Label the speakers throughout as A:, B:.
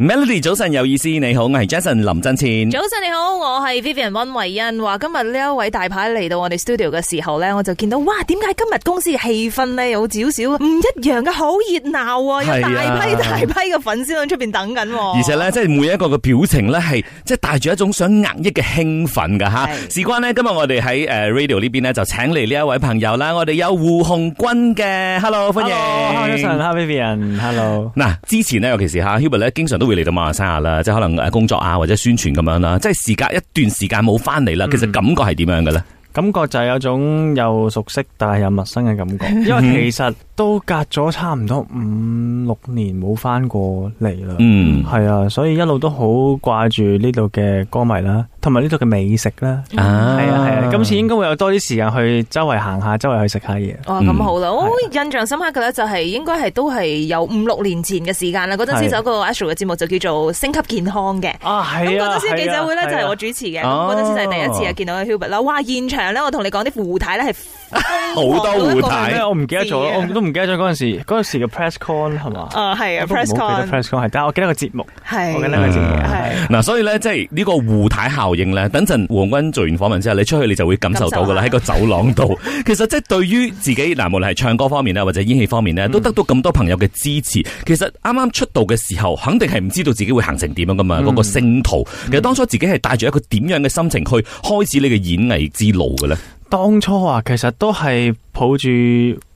A: Melody 早晨有意思，你好，我係 Jason 林振
B: 嗯
A: 前。
C: 早晨你好，我係 Vivian 温慧欣。話今日呢一位大牌嚟到我哋 studio 嘅時候呢，我就見到哇，點解今日公司嘅氣氛呢有少少唔一樣嘅，好熱鬧啊！有
A: 係啊
C: 大批 大批嘅粉絲喺出邊等緊喎，
A: 而且咧，即係每一個嘅表情咧，係即係帶住一種想壓抑嘅興奮噶吓。
C: 係
A: 事關呢，今日我哋喺誒 radio 呢邊呢，就請嚟呢一位朋友啦。我哋有胡鴻鈞嘅，hello，歡迎。
B: Vâng Hello，早晨，Hello Vivian，Hello。
A: 嗱，之前呢，尤其是吓 Hubert 咧，經常都會嚟到馬來西亞啦，即係可能誒工作啊，或者宣傳咁樣啦。即係時隔一段時間冇翻嚟啦，
B: 嗯
A: 其實感覺係點樣嘅咧？
B: 感覺就係有種又熟悉但係又陌生嘅感覺，因為其實都隔咗差唔多五六年冇翻過嚟啦。
A: 嗯，
B: 係啊，所以一路都好掛住呢度嘅歌迷啦，同埋呢度嘅美食啦。
C: 嗯
A: 啊
B: 係啊係啊，今次應該會有多啲時間去周圍行下，周圍去食下嘢。
C: 哇，
A: 嗯
C: 哦咁好啦！我印象深刻嘅咧，就係應該係都係有五六年前嘅時間啦。嗰陣時
B: 係
C: 就有一個 Astro 嘅節目就叫做《升級健康》嘅。
B: 啊，
C: 咁
B: 係
C: 嗰
B: 啊。
C: 陣時記者會咧
B: 係啊
C: 就係我主持嘅，咁
A: 哦
C: 嗰陣時就係第一次啊見到阿 Hubert 啦。哇！現場咧，我同你講啲胡太咧係
A: 好多胡太
B: 咩？我唔記得咗，
C: 係啊
B: 我都唔記得咗嗰陣時，嗰陣時嘅 press con 係嘛？
C: 啊係啊
B: 我都唔好
C: press
B: 記得
C: con
B: press con 係，但係我記得個節目，
C: 係
B: 我記得個節目
A: 嗯
B: 係。
A: 嗱，所以咧，即係呢個互太效應咧，等陣黃君做完訪問之後，你出去你就會感受到噶啦，喺
C: 感
A: 個走廊 度。其實即係對於自己嗱，無論係唱歌方面咧，或者演戲方面咧，都得到咁多朋友嘅支持。其實啱啱出道嘅時候，肯定係唔知道自己會行成點樣噶啊
C: 嗯
A: 嘛，嗰、個星途。其實當初自己係帶住一個點樣嘅心情去開始你嘅演藝之路嘅咧？
B: 當初啊，其實都係抱住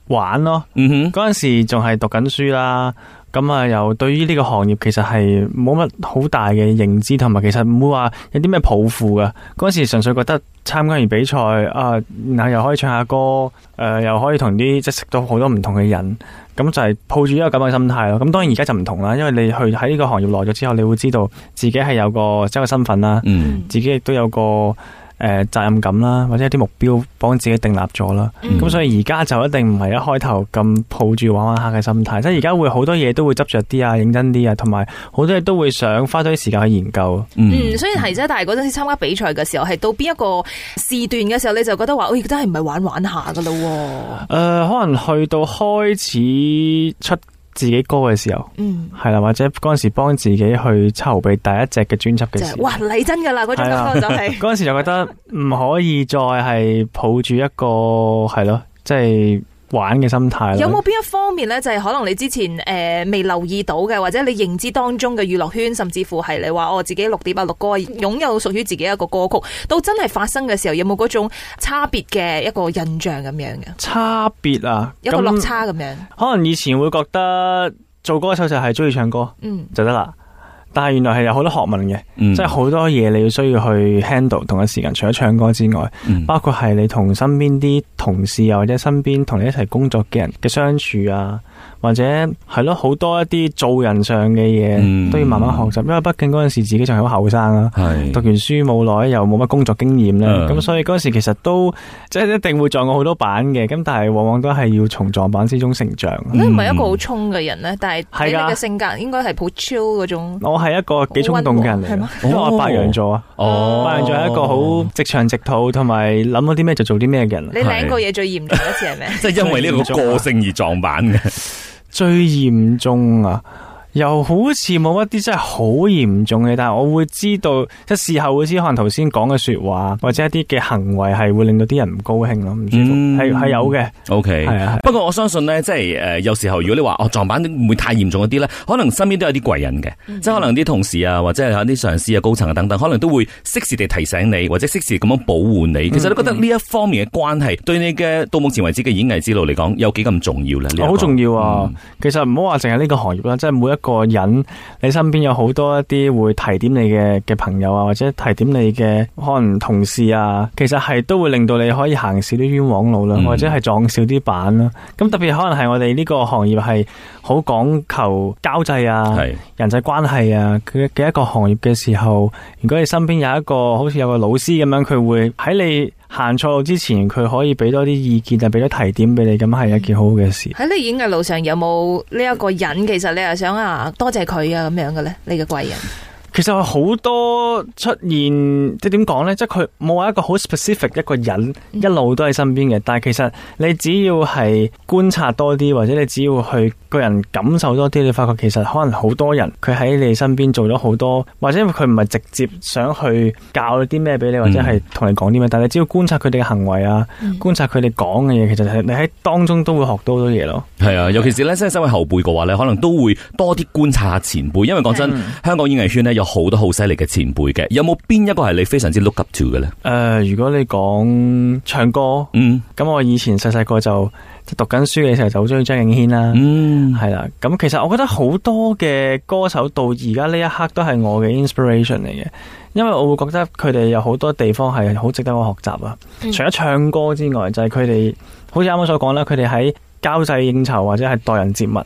B: 玩咯，
A: 嗯
B: 嗰阵时仲係讀緊書啦，咁啊又對於呢個行業其實係冇乜好大嘅認知，同埋其實唔會話有啲咩抱負噶。嗰阵时純粹覺得參加完比賽啊，然後又可以唱下歌，诶、又可以同啲即係識到好多唔同嘅人，咁就係抱住一個咁嘅心態咯。咁當然而家就唔同啦，因為你去喺呢個行業耐咗之後，你會知道自己係有個即係個身份啦。
A: 哼，嗯，
B: 自己亦都有個誒、呃、責任感啦，或者有啲目標幫自己定立咗啦。
C: 嗯
B: 咁、所以而家就一定唔係一開頭咁抱住玩玩下嘅心態，即係而家會好多嘢都會執着啲啊，認真啲啊，同埋好多嘢都會想花多啲時間去研究。
C: 嗯，雖然係啫，但係嗰陣時參加比賽嘅時候，係到邊一個時段嘅時候，你就覺得話，喂，真係唔係玩玩下噶咯
B: 誒、呃可能去到開始出自己歌嘅時候，
C: 喎，嗯，
B: 係啦，或者嗰陣時幫自己去籌備第一隻嘅專輯
C: 就
B: 嘅時
C: 係
B: 候。
C: 哇，嚟真噶啦，嗰種感覺就係，
B: 嗰阵时就覺得唔可以再係抱住一個係咯，即係玩嘅心態啦。
C: 有冇邊一方面咧，就係可能你之前诶未留意到嘅，或者你認知當中嘅娛樂圈，甚至乎係你話我自己錄碟啊、錄歌啊，擁有屬於自己一個歌曲，到真係發生嘅時候，有冇嗰種差別嘅一個印象咁樣嘅，
B: 差別啊，
C: 一個落
B: 咁
C: 差咁樣，
B: 可能以前會覺得做歌手就係中意唱歌
C: 嗯
B: 就得啦，但係原來係有好多學問嘅，
A: 嗯
B: 即係好多嘢你要需要去 handle 同一時間，除咗唱歌之外，
A: 嗯
B: 包括係你同身邊啲同事啊，或者身邊同你一齊工作嘅人嘅相處啊，或者係咯好多一啲做人上嘅嘢、
A: 嗯
B: 都要慢慢學習，因為畢竟嗰陣時自己仲係好後生啊啦。
A: 係
B: 讀完書冇耐，又冇乜工作經驗咧，
A: 嗯
B: 咁、所以嗰時其實都即係一定會撞過好多板嘅，咁但係往往都係要從撞板之中成長。
A: 嗯
C: 你唔係一個好衝嘅人咧，但係睇你
B: 係㗎
C: 嘅性格應該係好 chill 嗰種。
B: 我係一個幾衝動嘅人嚟
C: 係
B: 嘅
C: 嗎，
B: 因為我係白羊座啊，
A: 哦，
B: 白羊座係一個好直腸直肚，同埋諗到啲咩就做啲咩嘅
A: 嗯
B: 人。
C: 你領過嘢最嚴重一次係 咩？
A: 即係因為呢個個性而撞板嘅，
B: 最嚴重啊！又好似冇一啲真係好嚴重嘅，但係我會知道，即係事後會知，可能頭先講嘅說話或者一啲嘅行為係會令到啲人唔高興咯，唔舒服，
A: 嗯
B: 係係有嘅，
A: OK，
B: 係啊係。
A: 不過我相信咧，即係誒、呃有時候如果你話哦撞板唔會太嚴重嗰啲咧，可能身邊都有啲貴人嘅，即係可能啲同事啊，或者係有啲上司啊、高層啊等等，可能都會適時地提醒你，或者適時咁樣保護你。其實你覺得呢一方面嘅關係對你嘅到目前為止嘅演藝之路嚟講，有幾咁重要咧？呢一個
B: 好重要啊！其實唔好話淨係呢個行業啦，即係每一個人，你身邊有好多一啲會提點你嘅嘅朋友啊，或者提點你嘅可能同事啊，其實係都會令到你可以行少啲冤枉路啦，
A: 嗯
B: 或者係撞少啲板啦。咁特別可能係我哋呢個行業係好講求交際啊。
A: 嗯係
B: 人際關係啊嘅嘅一個行業嘅時候，如果你身邊有一個好似有個老師咁樣，佢會喺你行錯路之前，佢可以俾多啲意見啊，俾多提點俾你，咁係一件好好嘅事。
C: 喺你演藝路上有冇呢一個人？其實你係想啊多謝佢啊咁樣嘅咧，你嘅貴人。
B: 其實好多出現，即係點講呢？即係佢冇話一個好 specific 一個人一路都喺身邊嘅，但係其實你只要係觀察多啲，或者你只要去個人感受多啲，你發覺其實可能好多人佢喺你身邊做咗好多，或者因為佢唔係直接想去教啲咩俾你，或者係同你講啲咩，但係你只要觀察佢哋嘅行為啊，觀察佢哋講嘅嘢，其實係你喺當中都會學到好多嘢咯。
A: 系啊，尤其是咧，即係身為後輩嘅話咧，可能都會多啲觀察下前輩，因為講
B: 嗯
A: 真，香港演藝圈咧有好多好犀利嘅前輩嘅，有冇邊一個係你非常之 look up to 嘅咧？
B: 誒、如果你講唱歌。
A: 嗯
B: 咁我以前細細個就即係讀緊書嘅時候就好中意張敬軒啦，
A: 嗯，
B: 係啦、咁其實我覺得好多嘅歌手到而家呢一刻都係我嘅 inspiration 嚟嘅，因為我會覺得佢哋有好多地方係好值得我學習啊。
C: 嗯
B: 除咗唱歌之外，就係佢哋好似啱啱所講啦，佢哋喺交際應酬或者係待人接物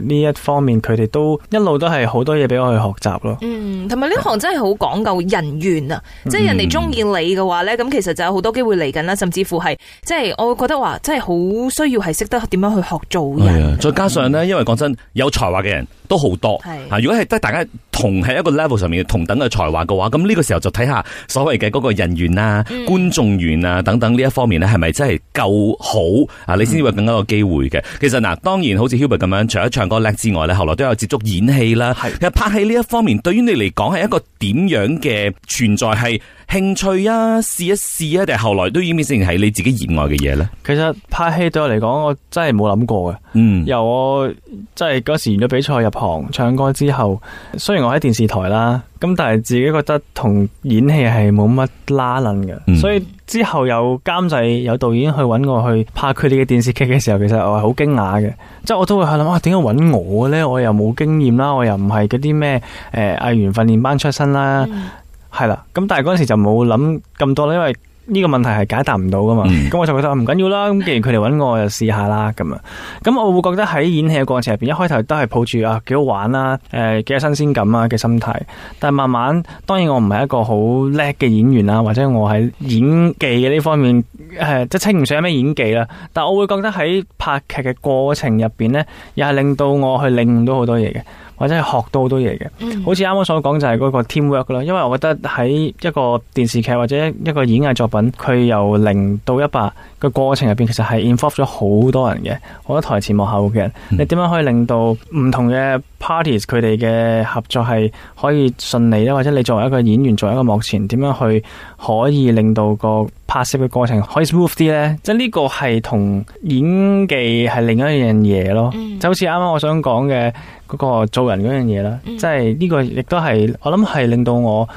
B: 呢一方面，佢哋都一路都係好多嘢俾我去學習咯。
C: 嗯，同埋呢行真係好講究人緣啊！即係人哋中意你嘅話咧，咁其實就有好多機會嚟緊啦，甚至乎係即係我會覺得話，真係好需要係識得點樣去學做
A: 係啊
C: 人，。
A: 再加上咧，因為講真，有才華嘅人都好多，
C: 係
A: 啊如果係得大家同喺一個 level 上面同等嘅才華嘅話，咁呢個時候就睇下所謂嘅嗰個人緣啊、觀眾緣啊等等呢一方面咧，係咪真係夠好啊？你先至會有更加有機會嘅。其實嗱，當然好似 Hubert 咁樣，除咗唱歌叻之外咧，後來都有接觸演戲啦。
B: 係
A: 其實拍戲呢一方面，對於你嚟講係一個點樣嘅存在？係興趣啊，試一試啊，定係後來都已經變成係你自己熱愛嘅嘢咧？
B: 其實拍戲對我嚟講，我真係冇諗過嘅。
A: 嗯，
B: 由我即係嗰時完咗比賽入行唱歌之後，雖然我喺電視台啦，咁但係自己覺得同演戲係冇乜拉楞嘅，
A: 嗯
B: 所以之後有監製有導演去揾我去拍佢哋嘅電視劇嘅時候，其實我係好驚訝嘅，即係我都會去諗啊，點解揾我呢？我又冇經驗啦，我又唔係嗰啲咩誒藝員訓練班出身啦，
C: 嗯
B: 係啦、咁但係嗰陣時就冇諗咁多啦，因為呢個問題係解答唔到噶嘛。
A: 嗯
B: 咁我就覺得啊唔緊要啦，咁既然佢哋揾我，我就試下啦咁啊。咁我會覺得喺演戲嘅過程入邊，一開頭都係抱住啊幾好玩啦，誒、幾有新鮮感啊嘅心態。但係慢慢，當然我唔係一個好叻嘅演員啊啦，或者我喺演技嘅呢方面誒、即係稱唔上有咩演技啦。但我會覺得喺拍劇嘅過程入邊呢，又係令到我去領悟到好多嘢嘅，或者係學到好多嘢嘅。
C: 嗯
B: 好似啱啱所講就係嗰個 teamwork 啦，因為我覺得喺一個電視劇或者一個演藝作品，佢由零到一百個過程入邊，其實係 involve 咗好多人嘅，好多台前幕後嘅人。
A: 嗯
B: 你點樣可以令到唔同嘅 parties 佢哋嘅合作係可以順利咧？或者你作為一個演員，作為一個幕前，點樣去可以令到個拍攝嘅過程可以 smooth 啲呢？即係呢個係同演技係另一樣嘢咯。
C: 嗯
B: 就好似啱啱我想講嘅嗰個做人嗰樣嘢啦，
C: 嗯
B: 即係呢個亦都係我諗係令到我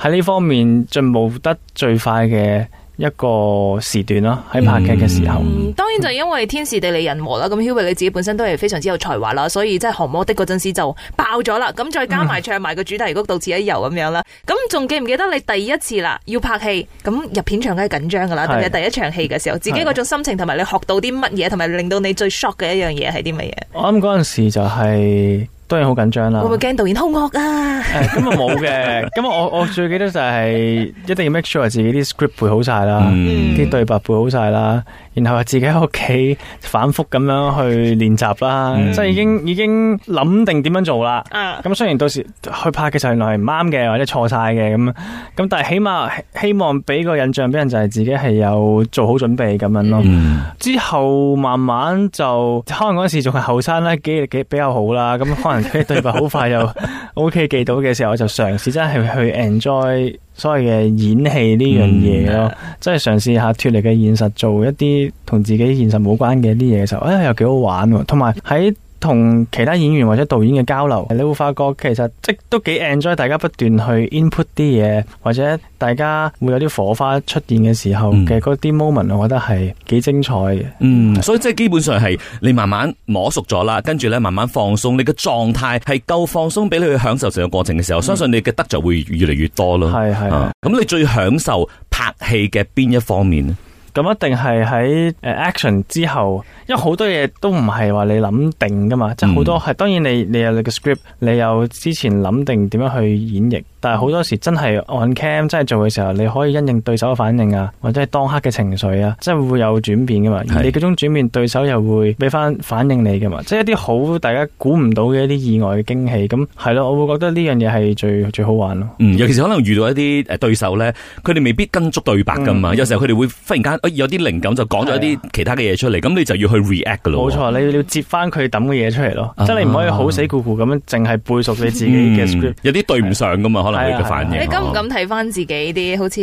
B: 喺呢方面進步得最快嘅一個時段啦。喺拍劇嘅時候，
C: 嗯，當然就因為天時地利人和啦。咁 Hubert 你自己本身都係非常之有才華啦，所以即係航魔的嗰陣時就爆咗啦。咁再加埋唱埋個主題曲《到此一遊》咁樣啦。咁
B: 嗯
C: 仲記唔記得你第一次啦要拍戲，咁入片場梗係緊張噶啦，特
B: 係
C: 別係第一場戲嘅時候，自己嗰種心情同埋你學到啲乜嘢，同埋令到你最 shock 嘅一樣嘢係啲乜嘢？
B: 我諗嗰陣時就係、當然好緊張啦。
C: 會唔會驚導演好惡啊？
B: 誒咁啊冇 嘅，咁我我最記得就係一定要 make sure 自己啲 script 背好晒啦，
A: 嗯
B: 啲、對白背好晒啦，然後自己喺屋企反覆咁樣去練習啦，
A: 嗯
B: 即係已經已經諗定點樣做啦。
C: 啊，
B: 咁雖然到時去拍嘅時候原來係唔啱嘅，或者錯晒嘅咁，咁但係起碼希望俾個印象俾人就係自己係有做好準備咁樣咯。
A: 嗯
B: 之後慢慢就可能嗰陣時仲係後生啦，記憶力幾比較好啦，咁可能佢啲對白好快又 OK 記到嘅時候，我就嘗試真係去 enjoy 所謂嘅演戲呢樣嘢咯，即係嘗試下脱離嘅現實，做一啲同自己現實冇關嘅一啲嘢嘅時候，哎呀又幾好玩喎，同埋喺。同其他演員或者導演嘅交流，你會發覺其實即都幾 enjoy 大家不斷去 input 啲嘢，或者大家會有啲火花出現嘅時候
A: 嗯
B: 嘅嗰啲 moment，我覺得係幾精彩嘅。
A: 嗯，所以即係基本上係你慢慢摸熟咗啦，跟住咧慢慢放鬆，你嘅狀態係夠放鬆俾你去享受成個過程嘅時候，相信你嘅得就會越嚟越多咯。
B: 係係
A: 啊咁你最享受拍戲嘅邊一方面呢？
B: 咁一定係喺诶 action 之後，因為好多嘢都唔係話你諗定噶嘛，即係好多係當然你你有你嘅 script，你有之前諗定點樣去演繹，但係好多時真係 on cam 真係做嘅時候，你可以因應對手嘅反應啊，或者係當刻嘅情緒啊，真係會有轉變噶嘛。
A: 係
B: 而你嗰種轉變，對手又會俾翻反應你噶嘛。即係一啲好大家估唔到嘅一啲意外嘅驚喜，咁係咯，我會覺得呢樣嘢係最最好玩咯。
A: 嗯，尤其是可能遇到一啲誒對手咧，佢哋未必跟足對白噶嘛，有時候佢哋會忽然間哎有啲靈感就講咗一啲其他嘅嘢出嚟，咁你就要去 react 噶咯嗯
B: 冇
A: 喎。
B: 錯，你要接翻佢抌嘅嘢出嚟咯，即係你唔可以好死固固咁樣，淨係背熟你自己嘅 script
A: 嗯。有啲對唔上噶嘛，可能佢
B: 係啊
A: 嘅反應。
B: 係啊
C: 你敢唔敢睇翻自己啲好似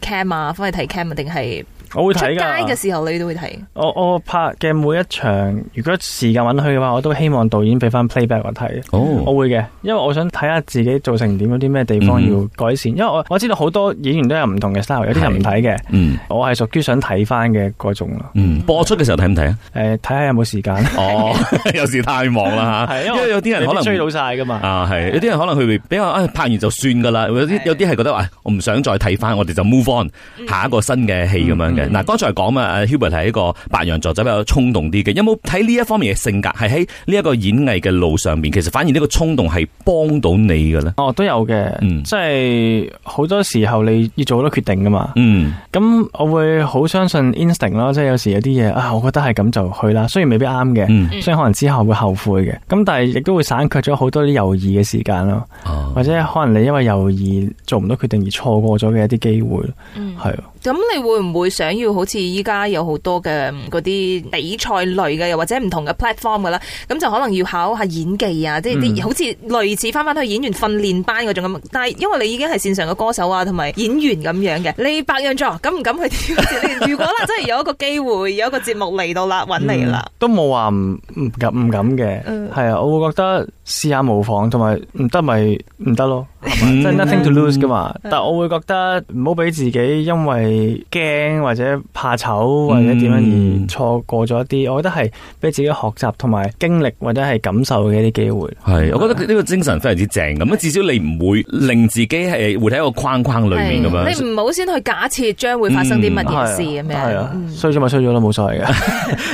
C: cam 啊，翻去睇 cam 啊，定係
B: 我會
C: 出街
B: 睇㗎
C: 嘅。時候你都會睇？
B: 我我拍嘅每一場，如果時間允許嘅話，我都希望導演俾翻 playback 我睇。
A: 哦？
B: 我會嘅，因為我想睇下自己做成點，有啲咩地方要
A: 嗯
B: 改善。因為我我知道好多演員都有唔同嘅 style，有啲人唔睇嘅，
A: 嗯
B: 我係屬於想睇翻嘅嗰種咯。
A: 嗯，播出嘅時候睇唔睇啊？
B: 誒、睇下有冇時間，
A: 哦， 有時太忙啦吓，
B: 係
A: 啊因為有啲人可
B: 你必
A: 能
B: 追到晒噶嘛。
A: 啊，係有啲人可能佢會比較啊拍完就算噶啦，
B: 嗯
A: 有啲有啲係覺得啊，我唔想再睇翻，我哋就 move on 下一個新嘅戲咁樣
B: 嗯
A: 嘅。嗱，剛才講啊，Hubert 係一個白羊座，就比較衝動啲嘅。有冇睇呢一方面嘅性格係喺呢一個演藝嘅路上面，其實反而呢個衝動係幫到你嘅咧？
B: 哦，都有嘅，
A: 嗯
B: 即係好多時候你要做好多決定噶嘛。
A: 嗯，
B: 咁我會好相信 instinct 咯，即係有時有啲嘢啊，我覺得係咁就去啦，雖然未必啱嘅，
A: 嗯
B: 雖然可能之後會後悔嘅，咁但係亦都會省卻咗好多啲猶豫嘅時間咯，
A: 哦
B: 或者可能你因為猶豫做唔到決定而錯過咗嘅一啲機會，
C: 嗯，
B: 係啊
C: 咁你會唔會想要好似依家有好多嘅嗯嗰啲比賽類嘅，又或者唔同嘅 platform 噶啦？咁就可能要考下演技啊，即係啲好似
B: 嗯
C: 類似翻翻去演員訓練班嗰種咁。但係因為你已經係線上嘅歌手啊，同埋演員咁樣嘅，你白羊座敢唔敢去挑戰？你如果啦，真係有一個機會，有一個節目嚟到啦，揾你啦，
B: 嗯都冇話唔唔敢唔敢嘅，
C: 嗯
B: 係啊，我會覺得試下模仿，同埋唔得咪唔得咯，
A: 嗯
B: 即係 nothing to lose 噶嘛。但我會覺得唔好俾自己因為驚或者怕醜或者點樣
A: 嗯
B: 而錯過咗一啲，我覺得係俾自己學習同埋經歷或者係感受嘅一啲機會。
A: 係，我覺得呢個精神非常之正咁啊！至少你唔會令自己係活喺一個框框裏面咁樣。
C: 你唔好先去假設將會發生啲乜嘢事咁
B: 嗯係
C: 樣
B: 啊。，
C: 嗯
B: 衰咗咪衰咗咯，冇所謂嘅。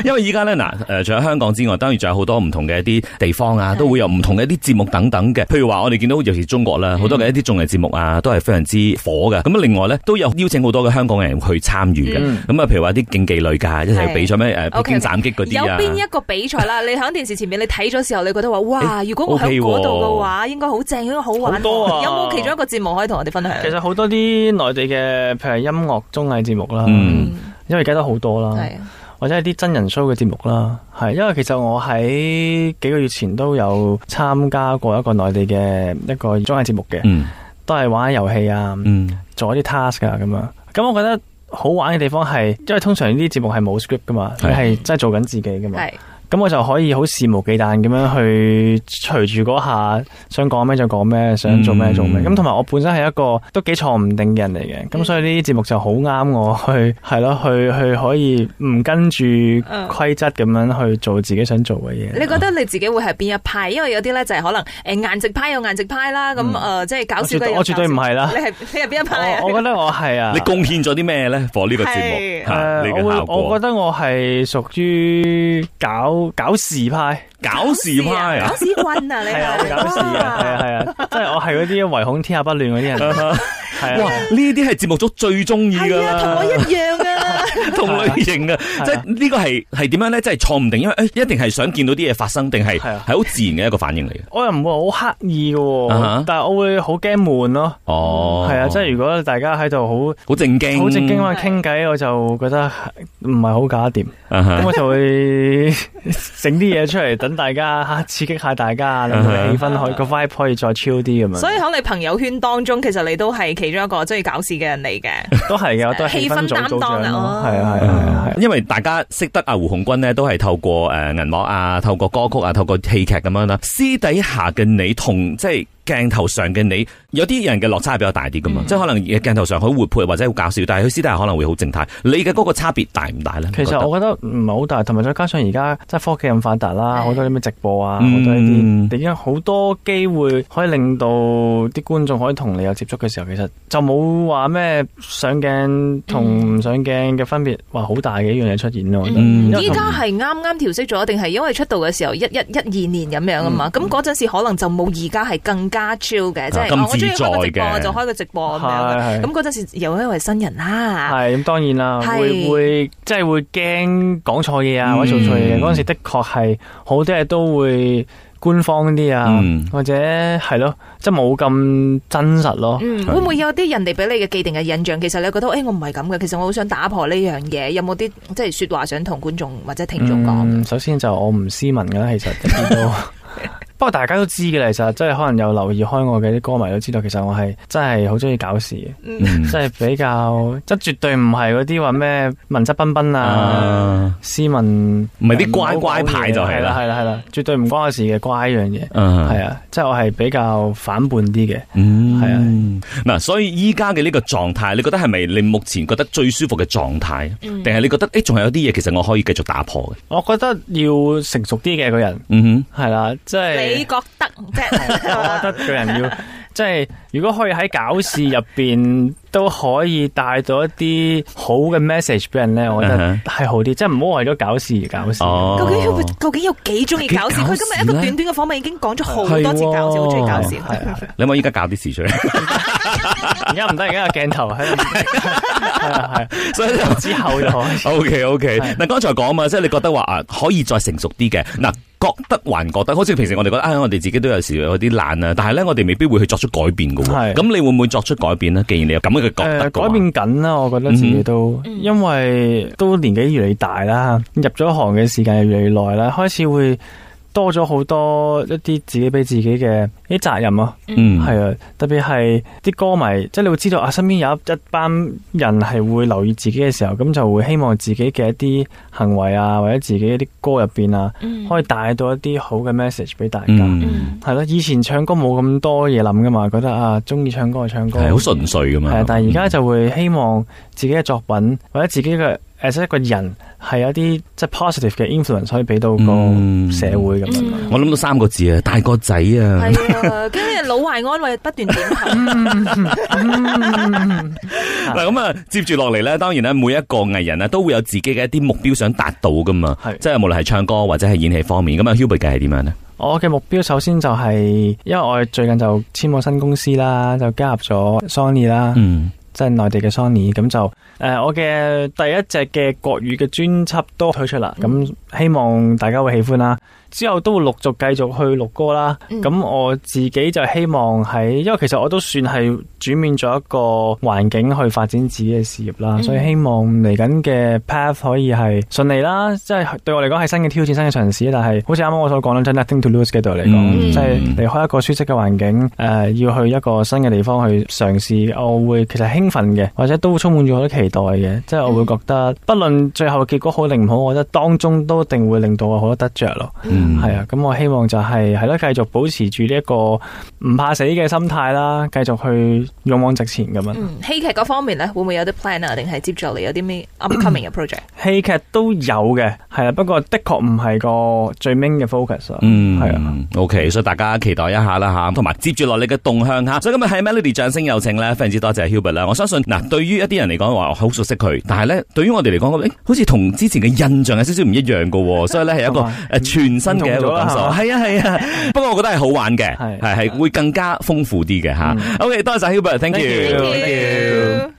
A: 因為依家咧嗱，誒，除咗香港之外，當然仲有好多唔同嘅一啲地方啊，
C: 係
A: 都會有唔同嘅一啲節目等等嘅。譬如話，我哋見到尤其是中國
C: 嗯
A: 啦，好多嘅一啲綜藝節目啊，都係非常之火嘅。咁啊，另外咧都有邀請好多嘅香港人去參與嘅。咁啊、
B: 嗯
A: 譬如話啲競技類㗎，一齊去比賽咩誒呃
C: OK，OK
A: 披荊斬棘嗰
C: 有
A: 啲啊。
C: 邊一個比賽 啦？你喺電視前面你睇咗時候，你覺得話哇，如果我喺
A: OK 喎
C: 嗰度嘅話，應該好正，應該好玩
B: 好
C: 喎。
B: 多啊
C: 有冇其中一個節目可以同我哋分享？
B: 其實好多啲內地嘅，譬如音樂綜藝節目啦，
A: 嗯
B: 因為而家都好多啦。
C: 係啊
B: 或者係啲真人 show 嘅節目啦，係因為其實我喺幾個月前都有參加過一個內地嘅一個綜藝節目嘅，
A: 嗯
B: 都係玩遊戲啊，
A: 嗯
B: 做一啲 task 啊咁樣。咁我覺得好玩嘅地方係，因為通常呢啲節目係冇 script 噶嘛，你
A: 係
B: 係真係做緊自己噶嘛。
C: 係
B: 咁我就可以好肆無忌憚咁樣去隨住嗰下想講咩就講咩，想做咩就做咩。
A: 嗯
B: 咁同埋我本身係一個都幾錯唔定嘅人嚟嘅，咁所以呢啲節目就好啱我去係咯，去去可以唔跟住規則咁樣去做自己想做嘅嘢。
C: 你覺得你自己會係邊一派？因為有啲咧就係可能誒顏值派有顏值派啦，咁誒即係搞笑嘅有
B: 嗯我絕對我絕對唔係啦
C: 搞笑你係你係邊一派啊
B: 我我覺得我係啊
A: 你。貢獻咗啲咩咧？for 呢個節
C: 係
A: 目
B: 誒
A: 啊嚇，你
B: 呃我
A: 嘅
B: 會
A: 效
B: 我
A: 果
B: 覺。得我係屬於搞搞事派，
A: 搞事派啊
C: 搞！屎棍啊！你
B: 係啊，搞事嘅，係啊，係啊，即係我係嗰啲唯恐天下不亂嗰啲人，係
A: 哇，
B: 啊，
A: 呢啲係節目組最中意㗎
C: 係啊，同
A: 啦
C: 我。一樣 啊！
A: 同類型嘅，
B: 啊
A: 即係呢個係係點樣咧？即係錯唔定，因為誒一定係想見到啲嘢發生，定係
B: 係
A: 係
B: 啊
A: 好自然嘅一個反應嚟嘅。
B: 我又唔會好刻意嘅喎
A: 啊哈
B: 但係我會好驚悶咯。
A: 哦，
B: 係啊，即係如果大家喺度好
A: 好正經，
B: 好正經啊話傾偈，我就覺得唔係好搞掂，
A: 啊哈
B: 咁我就會 整啲嘢出嚟，等大家嚇刺激下大家，令到
A: 啊哈
B: 氣氛可以個 vibe 可以再 chill 啲咁樣。
C: 所以喺你朋友圈當中，其實你都係其中一個中意搞事嘅人嚟嘅。
B: 都係嘅，我都係氣氛組組
C: 氣氛擔當
B: 長
C: 啊
B: 咯
C: 哦，
B: 係啊係啊係啊係啊。
A: 因為大家識得阿胡鴻鈞呢，都係透過誒銀幕啊，透過歌曲啊，透過戲劇咁樣啦。私底下嘅你同即係鏡頭上嘅你，有啲人嘅落差係比較大啲噶
B: 嗯
A: 嘛，即係可能鏡頭上好活潑或者好搞笑，但係佢私底下可能會好靜態。你嘅嗰個差別大唔大咧？
B: 其
A: 你覺
B: 實
A: 得
B: 我覺得唔係好大，同埋再加上而家即係科技咁發達啦，
C: 係
B: 好多啲咩直播啊，好
A: 嗯
B: 多呢啲，你有好多機會可以令到啲觀眾可以同你有接觸嘅時候，其實就冇話咩上鏡
C: 嗯
B: 同唔上鏡嘅分別，話好大嘅一樣嘢出現咯。我覺得
A: 嗯
B: 因為
C: 依
B: 同
C: 家係啱啱
A: 嗯
C: 調適咗，定係因為出道嘅時候一一一二年咁樣啊嘛？咁嗰陣時可能就冇而家係更加 chill 嘅，即係
A: 咁
C: 哦我中意開個直
A: 自在
C: 播
A: 嘅
C: 我就開個直
A: 嗯
C: 播咁
B: 係
C: 樣。啊
B: 係
C: 咁嗰陣時又因為新人啦，
B: 係咁，當然啦，
C: 係
B: 會會即係會驚講錯嘢啊，
A: 嗯
B: 或者做錯嘢嘅。嗰陣時的確係好多嘢都會官方啲啊，
A: 嗯
B: 或者係咯，即係冇咁真實咯。
C: 嗯，
A: 係
C: 會唔會有啲人哋俾你嘅既定嘅印象？其實你覺得，誒，我唔係咁嘅，其實我好想打破呢樣嘢。有冇啲即係說話想同觀眾或者聽眾講？
B: 嗯首先就我唔斯文噶啦，其實一 啲都。不過大家都知嘅啦，其實即係可能有留意開我嘅啲歌迷都知道，其實我係真係好中意搞事嘅，
A: 嗯
B: 即係 比較即係絕對唔係嗰啲話咩文質彬彬啊、
A: 啊，
B: 斯文，
A: 唔係啲乖乖牌就係
B: 係
A: 啦
B: 啦，係啦係啦，絕對唔關我事嘅乖一樣嘢，係
A: 係，
B: 啊，即係我係比較反叛啲嘅。係啊
A: 嗯，嗱，所以依家嘅呢個狀態，你覺得係咪你目前覺得最舒服嘅狀態？嗯
C: 嗯
B: 嗯
A: 定係你覺得誒，仲係有啲嘢其實我可以繼續打破嘅？
B: 我覺得要成熟啲嘅個人，
A: 嗯
B: 係啦，即係
C: 你覺得即
B: 我
C: 係
B: 覺得個人要即係，如果可以喺搞事入邊都可以帶到一啲好嘅 message 俾人咧，我覺得
A: 嗯
B: 係好啲，即係唔好為咗搞事而搞事。
A: 哼，哦，
C: 究竟有究竟有幾中意搞事？
A: 幾搞
C: 佢
A: 事
C: 今日一個
A: 呢
C: 短短嘅訪問已經講咗好
B: 係
C: 多次搞事，好中意搞事
B: 喎。係啊
A: 你可唔可以依家搞啲事出 嚟？
B: 而家唔得，而家有鏡頭喺度，係啊係啊，
A: 所以就
B: 之後就可以。
A: O K O K，
B: 係
A: 嗱剛才講嘛，即係你覺得話啊，可以再成熟啲嘅，嗱覺得還覺得，好似平時我哋覺得啊、我哋自己都有時有啲懶啊，但係咧我哋未必會去作出改變嘅喎。
B: 係
A: 咁你會唔會作出改變呢？既然你有咁啊樣嘅覺
B: 誒
A: 得嘅話
B: 改變緊啦，我覺得自己都，
C: 嗯哼
B: 因為都年紀越嚟越大啦，入咗行嘅時間又越嚟越耐啦，開始會多咗好多一啲自己俾自己嘅啲責任啊。
A: 嗯
B: 係啊，特別係啲歌迷，即係你會知道啊，身邊有一一班人係會留意自己嘅時候，咁就會希望自己嘅一啲行為啊，或者自己一啲歌入邊啊，
C: 嗯
B: 可以帶到一啲好嘅 message 俾大家。
A: 嗯
B: 係啊咯，以前唱歌冇咁多嘢諗噶嘛，覺得啊，中意唱歌就唱歌。
A: 係好純粹噶嘛。
B: 係啊，但係而家
A: 就
B: 就會希望自己嘅作品或者自己嘅 as 一個人係有啲即係 positive 嘅 influence 可以俾到個
A: 嗯
B: 社會咁樣。
C: 嗯
A: 我諗到三個字啊，大個仔
B: 嗯
A: 啊。
C: 係啊，跟住老懷安慰不斷點頭。
A: 嗱咁啊，接住落嚟咧，當然咧，每一個藝人啊，都會有自己嘅一啲目標想達到噶嘛。
B: 係
A: 即係無論係唱歌或者係演戲方面，咁啊，Hubert 嘅係點樣呢？
B: 我嘅目標首先就係、因為我最近就簽咗新公司啦，就加入咗 Sony 啦，
A: 嗯，
B: 即係內地嘅 Sony，咁就誒、呃我嘅第一隻嘅國語嘅專輯都推出
C: 嗯
B: 啦，咁希望大家會喜歡啦。之後都會陸續繼續去錄歌啦，
C: 嗯
B: 咁、我自己就希望喺，因為其實我都算係轉變咗一個環境去發展自己嘅事業啦，
C: 嗯
B: 所以希望嚟緊嘅 path 可以係順利啦，即係對我嚟講係新嘅挑戰、新嘅嘗試，但係好似啱啱我所講啦，真係 nothing to lose 嘅對我嚟講。
A: 嗯
B: 即係離開一個舒適嘅環境，誒、呃要去一個新嘅地方去嘗試，我會其實興奮嘅，或者都充滿咗好多期待嘅，即係
A: 嗯
B: 我會覺得，不論最後嘅結果好定唔好，我覺得當中都一定會令到我好多得着咯。
A: 嗯
B: 係啊，咁我希望就係係咯，繼續保持住呢一個唔怕死嘅心態啦，繼續去勇往直前咁樣。
C: 嗯，戲劇嗰方面咧，會唔會有啲 plan 啊？定係接住落嚟有啲咩 upcoming 嘅 project？
B: 戲劇都有嘅，係啦，啊不過的確唔係個最 main 嘅 focus 啊。
A: 嗯，
B: 係啊。
A: OK，所以大家期待一下啦吓，同埋接住落嚟嘅動向吓。所以今日喺 Melody 掌聲有請咧，非常之多謝 Hubert 啦。我相信嗱，對於一啲人嚟講話我好熟悉佢，但係咧對於我哋嚟講，誒好似同之前嘅印象有少少唔一樣嘅喎，所以咧係一個
B: 同埋
A: 誒全新嘅一個感受。
B: 唔同咗啦
A: 係啊係啊，不過我覺得係好玩嘅，
B: 係嗯
A: 係係會更加豐富啲嘅吓。OK，多謝 Hubert，thank
B: Thank you
A: you。
B: Thank you